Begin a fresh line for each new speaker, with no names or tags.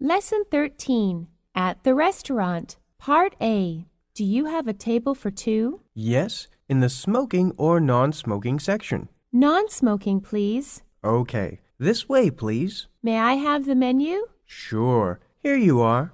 Lesson 13 At the Restaurant, Part A. Do you have a table for two?
Yes, in the smoking or non smoking section.
Non smoking, please.
Okay, this way, please.
May I have the menu?
Sure, here you are.